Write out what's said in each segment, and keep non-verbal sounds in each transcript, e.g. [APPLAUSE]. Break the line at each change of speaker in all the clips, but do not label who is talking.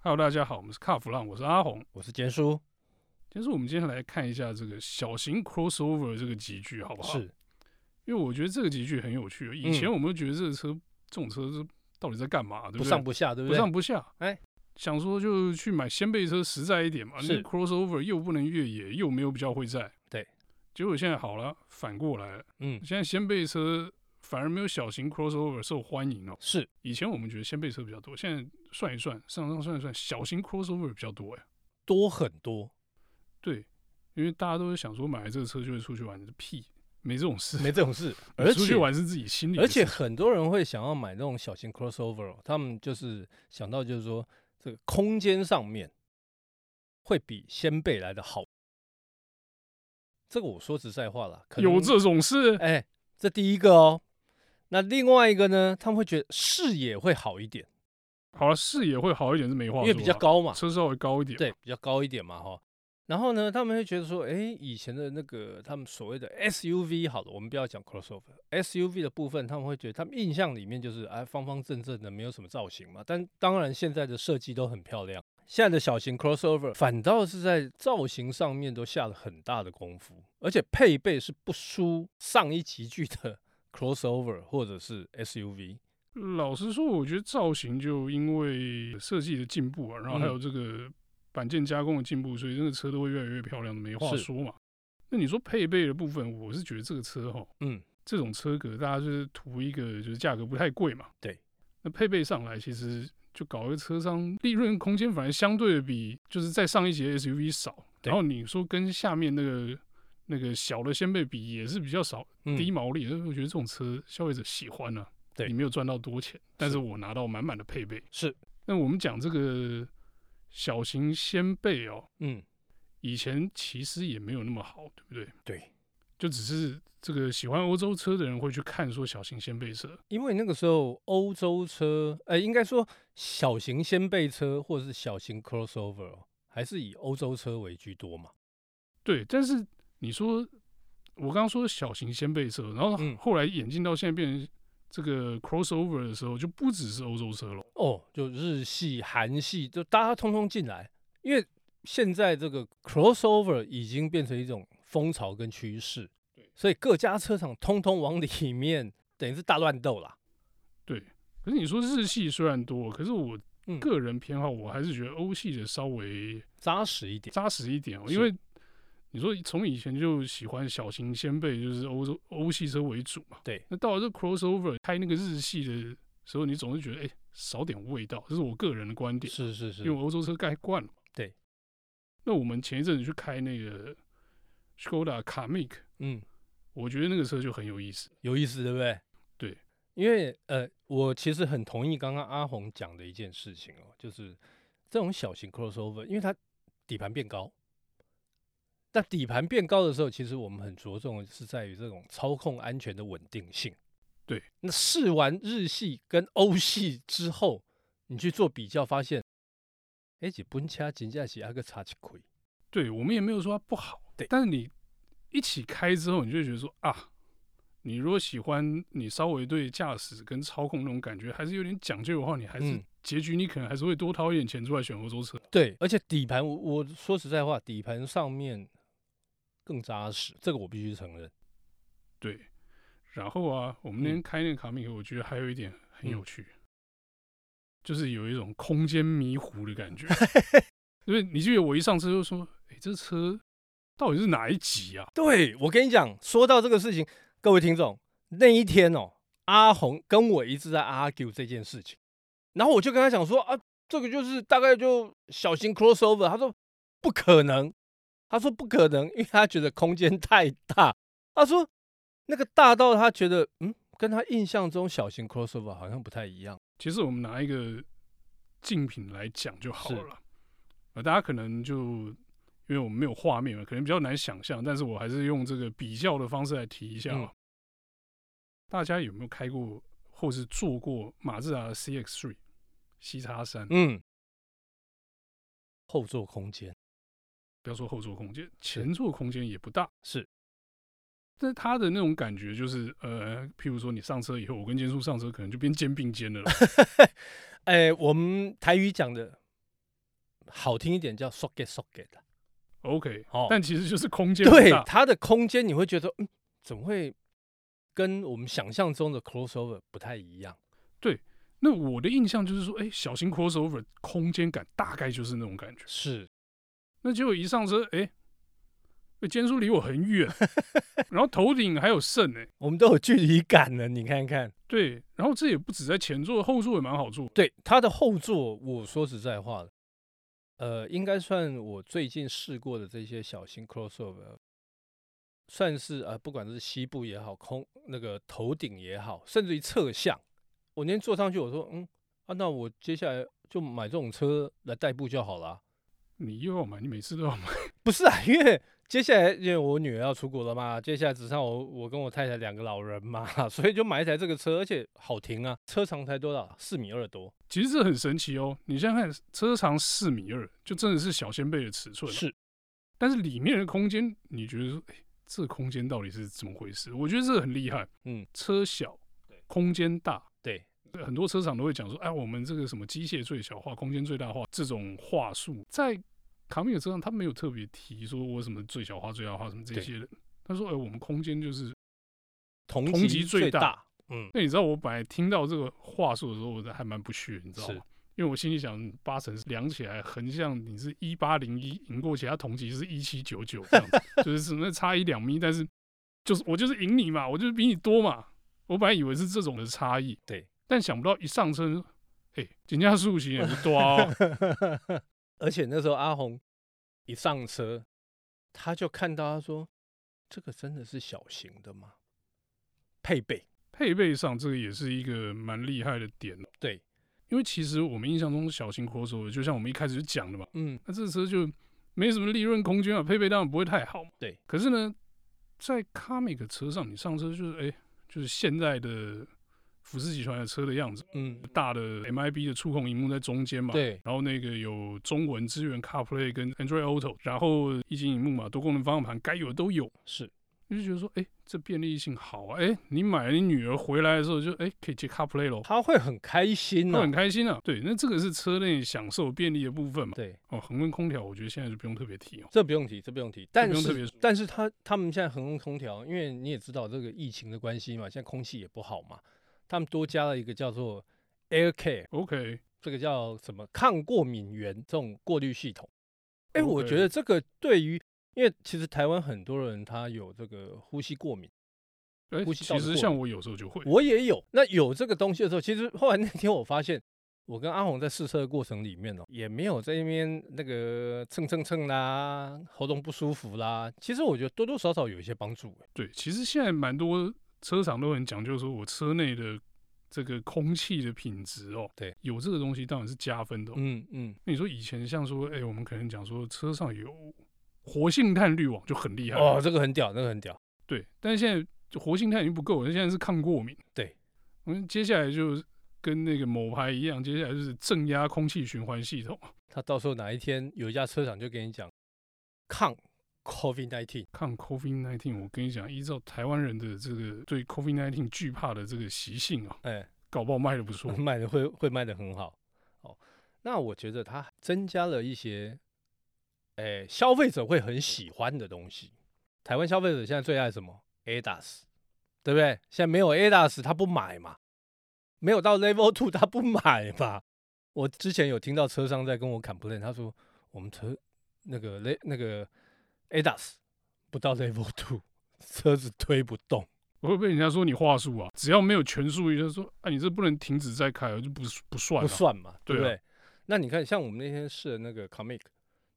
Hello，大家好，我们是卡弗浪，我是阿红。
我是杰叔，
但是我们今天来看一下这个小型 crossover 这个集聚，好不好？，
是嗯
因为我觉得这个集聚很有趣。以前我们觉得这个车、这种车是到底在干嘛，对
不
对？
上不下，对
不
不对？
上不下，
哎
想说就去买掀背车实在一点嘛。那
是
crossover 又不能越野，又没有比较会载，
对。
结果现在好了，反过来了，
嗯，
现在掀背车反而没有小型 crossover 受欢迎哦。
是
以前我们觉得掀背车比较多，现在算一算，上上算一算，小型 crossover 比较多哎。
多很
[LAUGHS]
多，
对，因为大家都是想说买了这个车就会出去玩，屁，没这种事。
没这种事。
你
而
出去
且
玩是自己心里的
而
事，
且很多人会想要买这种小型 crossover，哦他们就是想到就是说这个空间上面会比掀背来的好。这个我说实在话啦，可能
有这种事，
哎，这第一个哦。那另外一个呢，他们会觉得视野会好一点，
好了，视野会好一点是没话
因
说，啊
为比较，高嘛，
车稍微高一点，
对，比较高一点嘛，哈。然后呢，他们会觉得说，哎，以前的那个他们所谓的 SUV 好了，我们不要讲 crossover，SUV 的部分，他们会觉得他们印象里面就是哎方方正正的，没有什么造型嘛。但当然现在的设计都很漂亮，现在的小型 crossover 反倒是在造型上面都下了很大的功夫，而且配备是不输上一集剧的 [LAUGHS] crossover 或者是 SUV。
老实说，我觉得造型就因为设计的进步啊，然
嗯
后还有这个板件加工的进步，所以这个车都会越来越漂亮的，没话
是
说嘛。那你说配备的部分，我是觉得这个车哈，
嗯，
这种车格大家就是图一个就是价格不太贵嘛，
对。
那配备上来，其实就搞一个车商利润空间反而相对的比就是在上一节 SUV 少，
对
然后你说跟下面那个那个小的掀背比也是比较少，
嗯
低毛利，所以我觉得这种车消费者喜欢呢、啊。
对
你没有赚到多钱，但是我拿到满满的配备。
是，
那我们讲这个小型掀背哦，
嗯，
以前其实也没有那么好，对不对？
对。
就只是这个喜欢欧洲车的哦人会去看说小型掀背车，
因为那个时候欧洲车，呃，应该说小型掀背车或者是小型 crossover 哦还是以欧洲车为居多嘛。
对。但是你说我刚刚说小型掀背车，然后
嗯
后来演进到现在变成这个 crossover 的时候，就不只是欧洲车了。
哦，就日系、韩系，就大家通通进来，因为现在这个 crossover 已经变成一种风潮跟趋势，所以各家车厂通通往里面，等于是大乱斗啦。
可是你说日系虽然多，可是我
嗯
个人偏好，我还是觉得欧系的稍微
扎实一点，
扎实一点哦，
是
因为你说从以前就喜欢小型掀背，就是欧洲欧系车为主嘛。
对
那到了这 crossover 开那个日系的时候，你总是觉得哎、少点味道，这是我个人的观点，
是是是
因为，欧洲车开惯了嘛。
对。
那我们前一阵子去开那个 Skoda k a m i k
嗯，
我觉得那个车就很有意思。
有意思，对不对？
对，
因为呃，我其实很同意刚刚阿红讲的一件事情哦，就是这种小型 crossover，因为它底盘变高，那底盘变高的时候，其实我们很着重的是在于这种操控安全的稳定性。
对，
那试完日系跟欧系之后，你去做比较，发现，哎，这本车真正是阿个差一亏。
对我们也没有说它不好，
对
但是你一起开之后，你就会觉得说啊，你如果喜欢你稍微对驾驶跟操控那种感觉还是有点讲究的话，你还是
嗯
结局你可能还是会多掏一点钱出来选欧洲车。
对，而且底盘，我我说实在话，底盘上面更扎实，这个我必须承认。
对，然后啊，我们那天开那个卡米，我觉得还有一点很有
嗯
趣，就是有一种空间迷糊的
[LAUGHS]
感觉。因为你记得我一上车就说，哎、这车到底是哪一集啊？
对，我跟你讲，说到这个事情，各位听众，那一天哦，阿红跟我一直在 argue 这件事情，然后我就跟他讲说啊，这个就是大概就小型 crossover，他说不可能，他说不可能，因为他觉得空间太大，他说那个大到他觉得嗯，跟他印象中小型 crossover 好像不太一样，
其实我们拿一个竞品来讲就好
是
了。呃，大家可能就因为我们没有画面嘛，可能比较难想象，但是我还是用这个比较的方式来提一下、啊。
嗯
大家有没有开过或是坐过马自达的 CX-3 C 叉三？
嗯，后座空间
不要说后座空间，前座空间也不大。
是，
但是它的那种感觉就是，呃，譬如说你上车以后，我跟坚
[LAUGHS]
叔上车可能就变肩并肩了啦。
哎，我们台语讲的好听一点叫 socket socket 啊
OK，
哦
但其实就是空间不
对
大
它的空间，你会觉得嗯，怎么会跟我们想象中的 crossover 不太一样？
那我的印象就是说，哎、小型 crossover 空间感大概就是那种感觉。
是
那结果一上车，哎、欸，监叔离我很
[LAUGHS]
远，然后头顶还有剩哎、
我们都有距离感了，你看看。
对，然后这也不止在前座，后座也蛮好坐。
对它的后座，我说实在话的，呃，应该算我最近试过的这些小型 crossover，算是呃，不管是西部也好，空那个头顶也好，甚至于侧向，我那天坐上去，我说，嗯啊，那我接下来就买这种车来代步就好啦。
你又要买，你每次都要买，
不是啊， [LAUGHS] 因为接下来因为我女儿要出国了嘛，接下来只剩我我跟我太太两个老人嘛， [LAUGHS] 所以就买一台这个车，而且好停啊，车长才多少？四米二多。
其实这很神奇哦。你想想看，车长四米二，就真的是小先辈的尺寸、
是，
但是里面的空间，你觉得说，哎、这空间到底是怎么回事？我觉得这很厉害。
嗯，
车小，空间大，
对，
很多车厂都会讲说，哎，我们这个什么机械最小化、空间最大化这种话术，在卡米尔车上他没有特别提说我什么最小化、最大化什么这
对
些的。他说，哎，我们空间就是……
同
同级
级
最
最
大
大。 [LAUGHS] 嗯，
那你知道我本来听到这个话术的时候，我还蛮不屑，你知道
是
吗？因为我心里想，八成量起来很像你是一八零一赢过其他同级是一七九九这样子，就是什么差一两米，但是就是我就是赢你嘛，我就是比你多嘛。我本来以为是这种的差异，
对，
但想不到一上车就，哎、人家竖起也不多、哦，
而且那时候阿红一上车，他就看到他说：“这个真的是小型的吗？”配备
配备上这个也是一个蛮厉害的点哦。
对，
因为其实我们印象中小型 crossover 就像我们一开始就讲的嘛，
嗯，
那这车就没什么利润空间啊，配备当然不会太好嘛。
对，
可是呢，在 Comic 车上，你上车就是哎、就是现在的福斯集团的车的样子，
嗯，
大的 MIB 的触控荧幕在中间嘛，
对，
然后那个有中文支援 CarPlay 跟 Android Auto，然后液晶荧幕嘛，多功能方向盘该有的都有，
是
你就觉得说，哎、这便利性好啊，哎、你买了你女儿回来的时候就哎、可以接 CarPlay 咯，
他会很开心
她
啊
很。开心啊。对，那这个是车内享受便利的部分嘛。
对，
哦，恒温空调我觉得现在就不用特别提哦。
这不用提，这不用提。但
不用特别
是
说，
但是他他们现在恒温空调，因为你也知道这个疫情的关系嘛，现在空气也不好嘛，他们多加了一个叫做 Air Care，
OK，
这个叫什么抗过敏源这种过滤系统。哎、我
OK
觉得这个对于，因为其实台湾很多人他有这个呼吸过敏，
哎、
呼吸
其
道的
实
过
像
敏
我有时候就会，
我也有。那有这个东西的时候，其实后来那天我发现，我跟阿红在试车的过程里面哦，也没有在那边那个蹭蹭蹭啦，喉咙不舒服啦。其实我觉得多多少少有一些帮助、哎
对，其实现在蛮多车厂都很讲究说我车内的这个空气的品质哦，
对，
有这个东西当然是加分的、哦。
嗯嗯，
那你说以前像说，哎、我们可能讲说车上有活性炭滤网就很厉害
哦，这个很屌，那个很屌。
对，但是现在就活性炭已经不够了，现在是抗过敏。
对，
我们接下来就跟那个某牌一样，接下来就是正压空气循环系统，
他到时候哪一天有一家车厂就给你讲抗 COVID nineteen。
抗 COVID-19。我跟你讲，依照台湾人的这个对 COVID-19 惧怕的这个习性啊，
哎，。
搞不好卖的不 [LAUGHS] 错
卖的会会卖的很好哦。那我觉得它增加了一些，诶、消费者会很喜欢的东西。台湾消费者现在最爱什么？ADAS，对不对？现在没有 ADAS 他不买嘛，没有到 Level Two 他不买嘛。我之前有听到车商在跟我 complain，他说我们车那个雷那个 ADAS 不到 Level Two，车子推不动。
我会被人家说你话术啊，只要没有全数，就说啊，你这不能停止再开，哦就不不算
不
了。
算嘛，对
对
不
啊
对？那你看，像我们那天试的那个 Comic，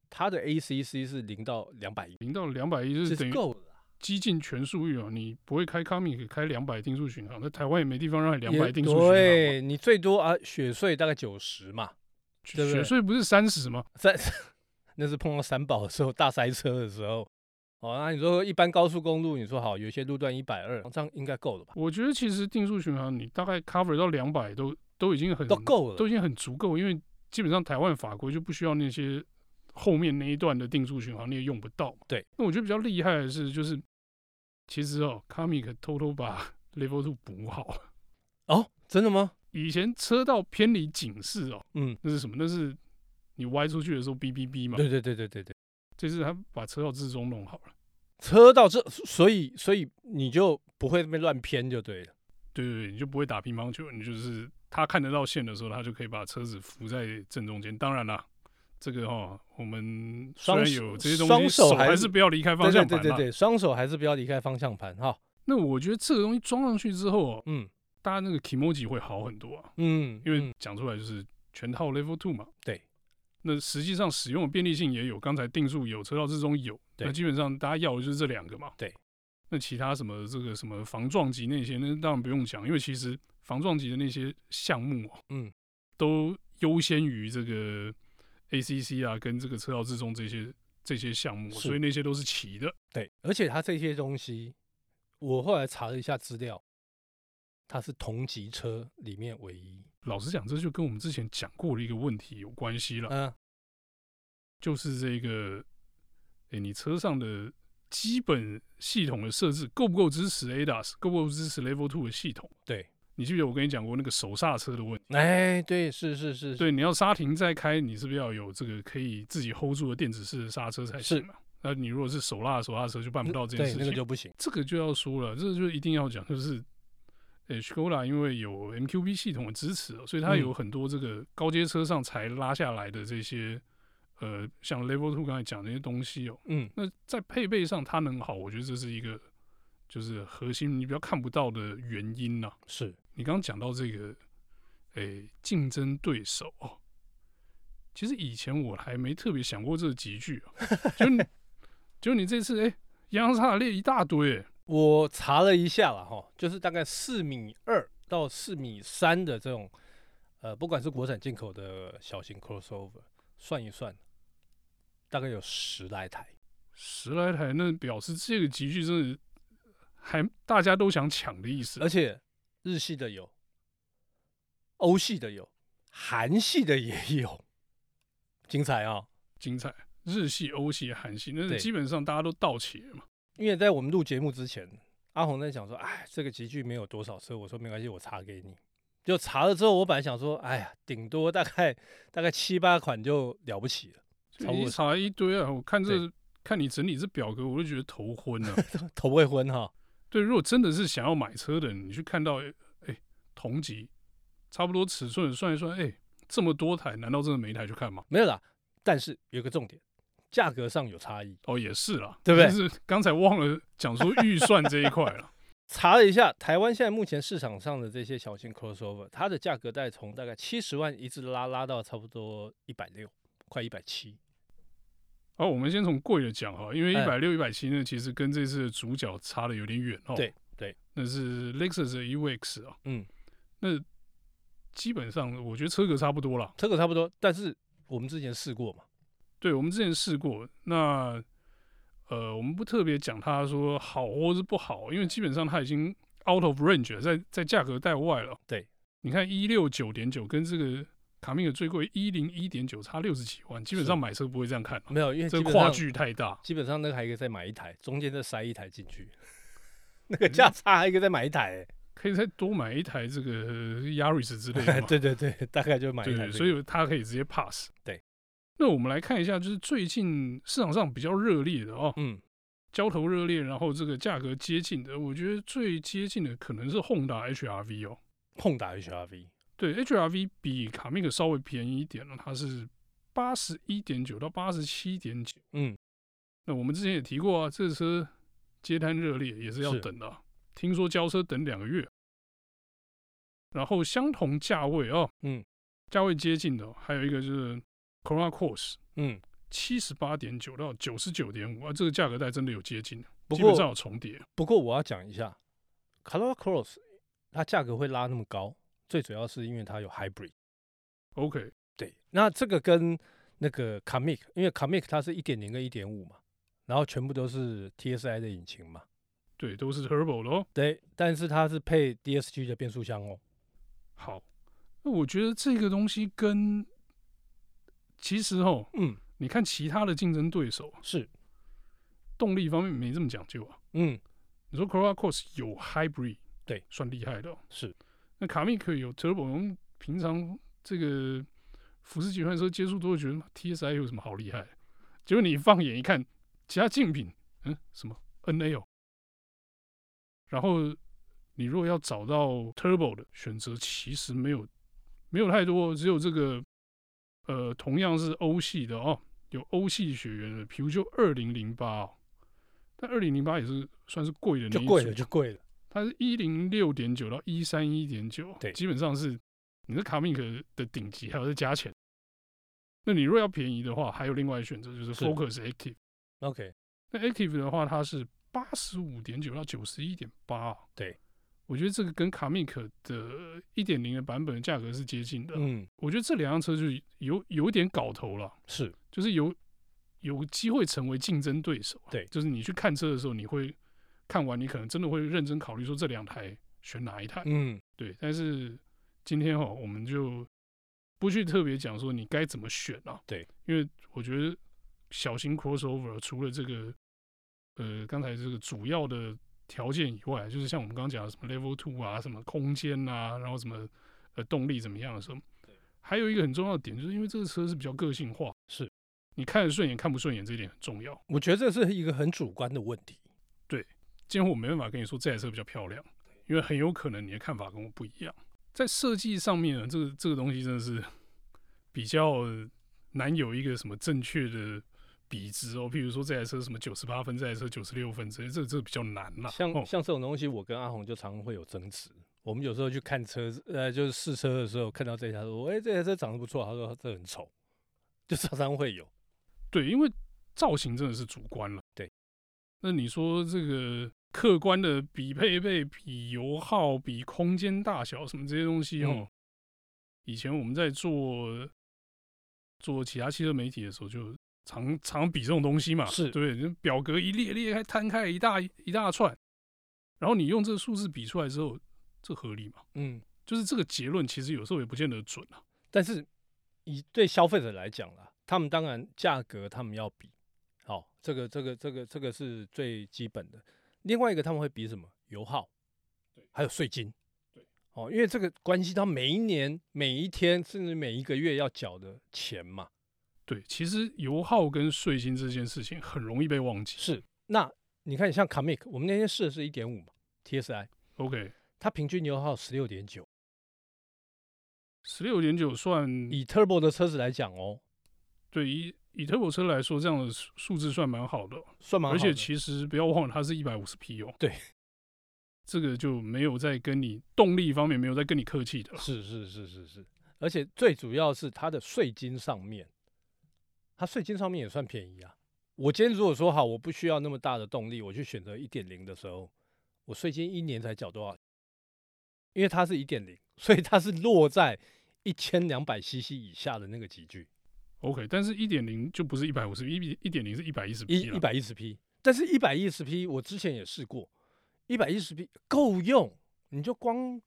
它的 ACC 是零到两百一，
零到两百一就是
这
等
是
于
够了啊啦，
激进全速域啊，你不会开 Comic 开两百定速巡航，那台湾也没地方让你两
也
百定速巡航嘛。
对你最多啊，雪隧大概九十嘛，对不
雪
对
隧不是三十吗？
在那是碰到三宝的时候，大塞车的时候。哦，那你说一般高速公路，你说好，有些路段一百二，这样应该够了吧？
我觉得其实定速巡航你大概 cover 到两百都都已经很
都够
都
了，
已经很足够，因为基本上台湾法规就不需要那些后面那一段的定速巡航，你也用不到嘛。
对，
那我觉得比较厉害的是，就是其实哦，Comic 偷偷把 Level Two 补好。
哦，真的吗？
以前车道偏离警示哦，
嗯，
那是什么？那是你歪出去的时候哔哔哔嘛。
对对对对对对，
这次他把车道至中弄好了。
车到这，所以所以你就不会那边乱偏就对了。
对对对，你就不会打乒乓球，你就是他看得到线的时候，他就可以把车子扶在正中间。当然啦，这个哈，我们虽
双
然
手
有这些东西，
双手还
还
是
是不要离开方
对对
向
对
盘
对
嘛。
对，双手还是不要离开方向盘哈。
那我觉得这个东西装上去之后哦，
嗯
大家那个 k i m o j i 会好很多啊，
嗯，
因为
嗯
讲出来就是全套 Level Two 嘛。
对。
那实际上使用的便利性也有，刚才定速有，车道之中有，
对
那基本上大家要的就是这两个嘛。
对。
那其他什么这个什么防撞击那些，那当然不用讲，因为其实防撞击的那些项目哦，
嗯，
都优先于这个 ACC 啊跟这个车道之中这些这些项目，
是
所以那些都是齐的。
对，而且它这些东西，我后来查了一下资料，它是同级车里面唯一。
老实讲，这就跟我们之前讲过的一个问题有关系了。
嗯，
就是这个，诶、你车上的基本系统的设置够不够支持 ADAS，够不够支持 Level Two 的系统？
对，
你记不记得我跟你讲过那个手刹车的问题？
哎，对，是是是，
对，你要刹停再开，你是不是要有这个可以自己 hold 住的电子式的刹车才
是嗯
行嘛？那你如果是手拉的手刹车，就办不到这件
对
事情。
那个就不行。
这个就要说了，这个就一定要讲，就是。诶 s c o l a 因为有 MQB 系统的支持哦，所以它
嗯
有很多这个高阶车上才拉下来的这些，呃，像 Level Two 刚才讲的那些东西哦，
嗯，
那在配备上它能好，我觉得这是一个就是核心你比较看不到的原因呐、
是，
你刚刚讲到这个，诶，竞争对手哦，其实以前我还没特别想过这几句、啊，就你 [LAUGHS] 就你这次诶，洋洋洒洒列一大堆、诶
我查了一下了哈，就是大概四米二到四米三的这种，呃，不管是国产进口的小型 crossover，算一算，大概有十来台。
十来台，那表示这个集聚真的还大家都想抢的意思
而。且日系的有，欧系的有，韩系的也有，精彩啊、
精彩，日系、欧系、韩系，那
对
基本上大家都到齐了嘛。
因为在我们录节目之前，阿红在讲说，哎，这个集聚没有多少车，我说没关系，我查给你。就查了之后，我本来想说，哎呀，顶多大概大概七八款就了不起了，超过
一查一堆啊，我看
对
这看你整理这表格，我就觉得头昏了、
头未婚哈。
对，如果真的是想要买车的人，你去看到，哎、同级差不多尺寸算一算，哎、这么多台，难道真的每一台去看吗？
没有啦，但是有个重点，价格上有差异。
哦，也是啦，
对不对
就是刚才忘了讲说预算这一块了，
查了一下，台湾现在目前市场上的这些小型 crossover，它的价格带从大概七十万一直拉拉到差不多一百六，快一百七。
好，我们先从贵的讲哈，因为一
哎
百六、一百七呢，其实跟这次的主角差的有点远哦。
对对，
那是 Lexus 的 UX 啊，
嗯，
那基本上我觉得车格差不多啦。
这个差不多，但是我们之前试过嘛，
对，我们之前试过，那呃，我们不特别讲它说好或是不好，因为基本上它已经 out of range 了，在在价格带外了。
对，
你看一六九点九跟这个卡米尔最贵一零一点九差六十几万，基本
是
上买车不会这样看嘛，
没有，因为
这
基
个
本
跨
上
距太大。
基本上那个还可以再买一台，中间再塞一台
[LAUGHS]
进去，那个价差还可以再买一台、欸。
可以再多买一台这个 Yaris 之类的嘛。
[LAUGHS] 对对对，大概就买一台、
对，所以它可以直接 pass。
对，
那我们来看一下，就是最近市场上比较热烈的哦，
嗯，
交投热烈，然后这个价格接近的，我觉得最接近的可能是 Honda HRV 哦。
碰打 HRV
对，HRV 比卡米克稍微便宜一点了，它是八十一点九到八十七点九。
嗯，
那我们之前也提过啊，这车接单热烈也是要
是
等的啊、听说交车等两个月。然后相同价位哦，
嗯，
价位接近的哦、还有一个就是 Corona Cross
嗯，
七十八点九到九十九点五啊，这个价格带真的有接近，啊
不
基本上
过
有重叠。
不过我要讲一下 c o l o r Cross 它价格会拉那么高，最主要是因为它有 Hybrid。
OK，
对，那这个跟那个 Comic，因为 Comic 它是一点零跟一点五嘛，然后全部都是 TSI 的引擎嘛，
对，都是 Turbo 的哦。
对，但是它是配 DSG 的变速箱哦，
好，那我觉得这个东西跟其实哦，
嗯，
你看其他的竞争对手
是，
动力方面没这么讲究啊。
嗯，
你说 Corolla Cross 有 Hybrid，
对，
算厉害的哦、
是，
那卡密克有 Turbo，我们平常这个福斯集团的时候接触多，觉得 TSI 有什么好厉害的？结果你放眼一看，其他竞品，嗯，什么 NA 哦，然后你如果要找到 Turbo 的选择，其实没有没有太多，只有这个呃，同样是欧系的哦，有欧系血缘的，比如就二零零八哦，但二零零八也是算是贵的那
就
一
贵
组
了，就贵了。
它是一零六点九到一三一点九，
对
基本上是你的卡米克的顶级，还要再加钱。那你若要便宜的话，还有另外的选择就是
是
Focus Active。
OK，
那 Active 的话，它是八十五点九到九十一点八，啊
对，
我觉得这个跟卡米克的一点零的版本的价格是接近的。
嗯，
我觉得这两辆车就是有有点搞头了，
是
就是有有机会成为竞争对手啊。
对
就是你去看车的时候，你会看完，你可能真的会认真考虑说这两台选哪一台。
嗯，
对，但是今天哈，我们就不去特别讲说你该怎么选啊。
对，
因为我觉得小型 crossover 除了这个呃刚才这个主要的条件以外，就是像我们刚刚讲的什么 level two 啊，什么空间啊，然后什么呃动力怎么样的时候，还有一个很重要的点，就是因为这个车是比较个性化，
是
你看得顺眼看不顺眼这一点很重要。
我觉得这是一个很主观的问题。
今天我没办法跟你说这台车比较漂亮，因为很有可能你的看法跟我不一样。在设计上面呢，这个这个东西真的是比较难有一个什么正确的比值哦。譬如说这台车什么九十八分，这台车九十六分之类，这这个比较难啦、
像
哦，
像这种东西，我跟阿红就常常会有争执。我们有时候去看车子，呃，就是试车的时候，看到这台说，哎、这台车长得不错，他说这很丑，就常常会有。
对，因为造型真的是主观了。
对，
那你说这个客观的比配备、比油耗、比空间大小什么这些东西哦，
嗯
以前我们在做做其他汽车媒体的时候，就常常比这种东西嘛，
是
对，就表格一列列开摊开一大一大串，然后你用这个数字比出来之后，这合理吗？
嗯，
就是这个结论其实有时候也不见得准啊。
但是以对消费者来讲啦，他们当然价格他们要比，好、这个这个这个这个是最基本的。另外一个他们会比什么？油耗，还有税金，
对，
哦，因为这个关系到每一年、每一天，甚至每一个月要缴的钱嘛。
对，其实油耗跟税金这件事情很容易被忘记。
是，那你看像 Comic，我们那天试的是一点五嘛，TSI，
OK，
它平均油耗十六点九，
十六点九算
以 Turbo 的车子来讲哦，
对以以 turbo 车来说，这样的数数字算蛮好的哦，
算蛮好
而且
的。
其实不要忘了它是一百五十匹哦。
对，
这个就没有在跟你动力方面没有在跟你客气的了。
是是是是是，而且最主要是它的税金上面，它税金上面也算便宜啊。我今天如果说好，我不需要那么大的动力，我去选择一点零的时候，我税金一年才缴多少？因为它是一点零，所以它是落在一千两百 CC 以下的那个级距。
OK，但是一点零就不是一百五十，一一点零是一百一啊十
一
匹了
一。百一十匹，但是一百一十匹我之前也试过，一百一十匹够用，你就光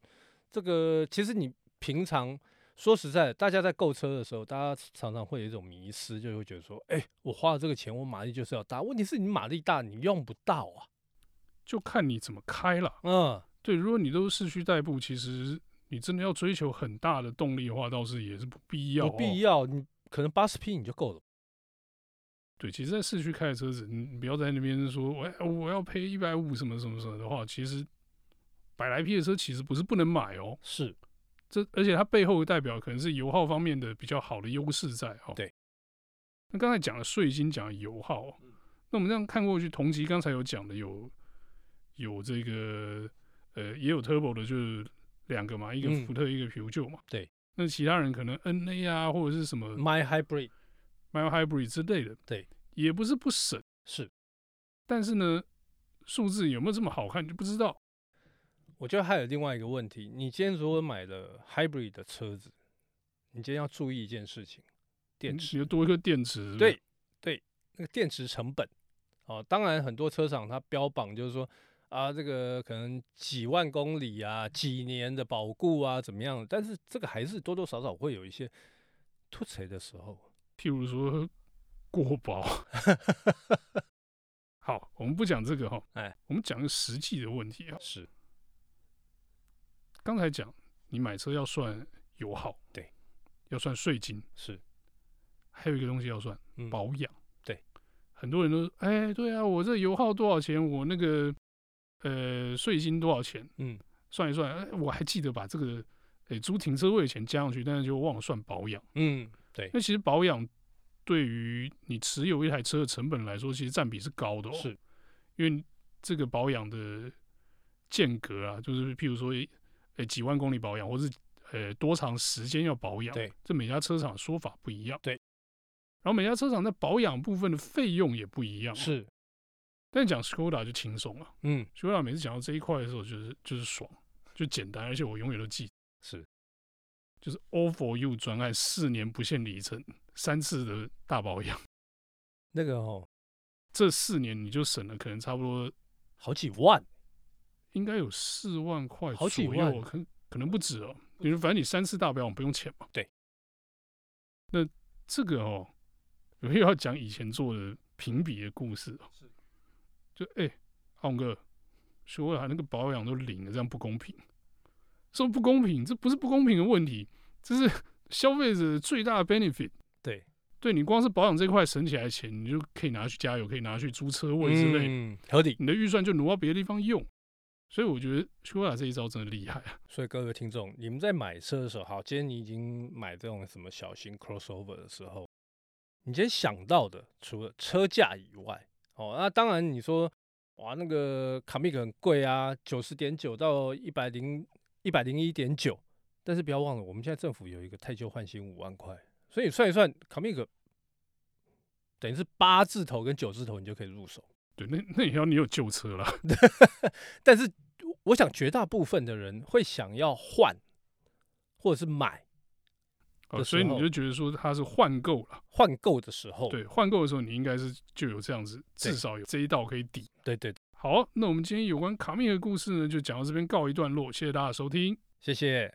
这个，其实你平常说实在的，大家在购车的时候，大家常常会有一种迷失，就会觉得说，哎、我花了这个钱，我马力就是要大。问题是你马力大，你用不到啊。
就看你怎么开了。
嗯，
对，如果你都市区代步，其实你真的要追求很大的动力的话，倒是也是不必要、哦。
不必要，你可能八十匹你就够了。
对，其实，在市区开的车子，你你不要在那边说，我要我要赔一百五什么什么什么的话，其实百来匹的车其实不是不能买哦。
是，
这而且它背后的代表可能是油耗方面的比较好的优势在哦。
对。
那刚才讲了税金，讲了油耗哦、那我们这样看过去，同级刚才有讲的有有这个呃也有 turbo 的，就是两个嘛，一个
嗯
福特，一个皮尤旧嘛。
对。
那其他人可能 NA 啊，或者是什么
My Hybrid
Mile Hybrid 之类的，
对，
也不是不省。
是，
但是呢，数字有没有这么好看就不知道。
我觉得还有另外一个问题，你今天如果买了 Hybrid 的车子，你今天要注意一件事情，电
你
池。
你就多一个电池是不是
对对，那个电池成本哦，当然很多车厂它标榜就是说啊，这个可能几万公里啊，几年的保固啊，怎么样的？但是这个还是多多少少会有一些突锤的时候。
譬如说过保。
[LAUGHS]
好，我们不讲这个哈，
哎，
我们讲个实际的问题啊。
是
刚才讲你买车要算油耗，
对，
要算税金，
是，
还有一个东西要算
嗯，
保养。
对，
很多人都哎、对啊，我这油耗多少钱？我那个呃税金多少钱？
嗯，
算一算，哎、我还记得把这个哎租停车位的钱加上去，但是就忘了算保养。
嗯，对，
那其实保养对于你持有一台车的成本来说，其实占比是高的、哦。
是，
因为这个保养的间隔啊，就是譬如说，呃，几万公里保养，或是呃多长时间要保养，
对，
这每家车厂说法不一样。
对，
然后每家车厂在保养部分的费用也不一样。，哦
是，
但讲 Skoda 就轻松了、
嗯，
Skoda 每次讲到这一块的时候，就是就是爽，就简单，而且我永远都记得。
是，
就是 All for You 专案，四年不限里程，三次的大保养，
那个哦，
这四年你就省了可能差不多
好几万，
应该有四万块
好几
左右
万
可可能不止哦。你说反正你三次大表演不用钱嘛。
对。
那这个哦，我又要讲以前做的评比的故事哦。就哎，阿勇哥，说了那个保养都零了，这样不公平。说不公平，这不是不公平的问题，这是消费者最大的 benefit。
对，
对你光是保养这块省起来的钱，你就可以拿去加油，可以拿去租车位之类的
嗯，合理。
你的预算就挪到别的地方用。所以我觉得修拉这一招真的厉害啊！
所以各位听众，你们在买车的时候，好，今天你已经买这种什么小型 crossover 的时候，你今天想到的除了车价以外，哦，那当然你说，哇，那个卡密克很贵啊，九十点九到一百零一百零一点九，但是不要忘了，我们现在政府有一个退休换新五万块，所以你算一算，卡密克等于是八字头跟九字头，你就可以入手。
对，那那也要你有旧车啦。
但是我想绝大部分的人会想要换或者是买。
哦，
的
所以
时
你
候
就觉得说它是换购了。
换购的时候，
对，换购的时候你应该是就有这样子，至
对
少有这一道可以抵。
对对，
好，那我们今天有关卡密的故事呢，就讲到这边告一段落，谢谢大家的收听。
谢谢。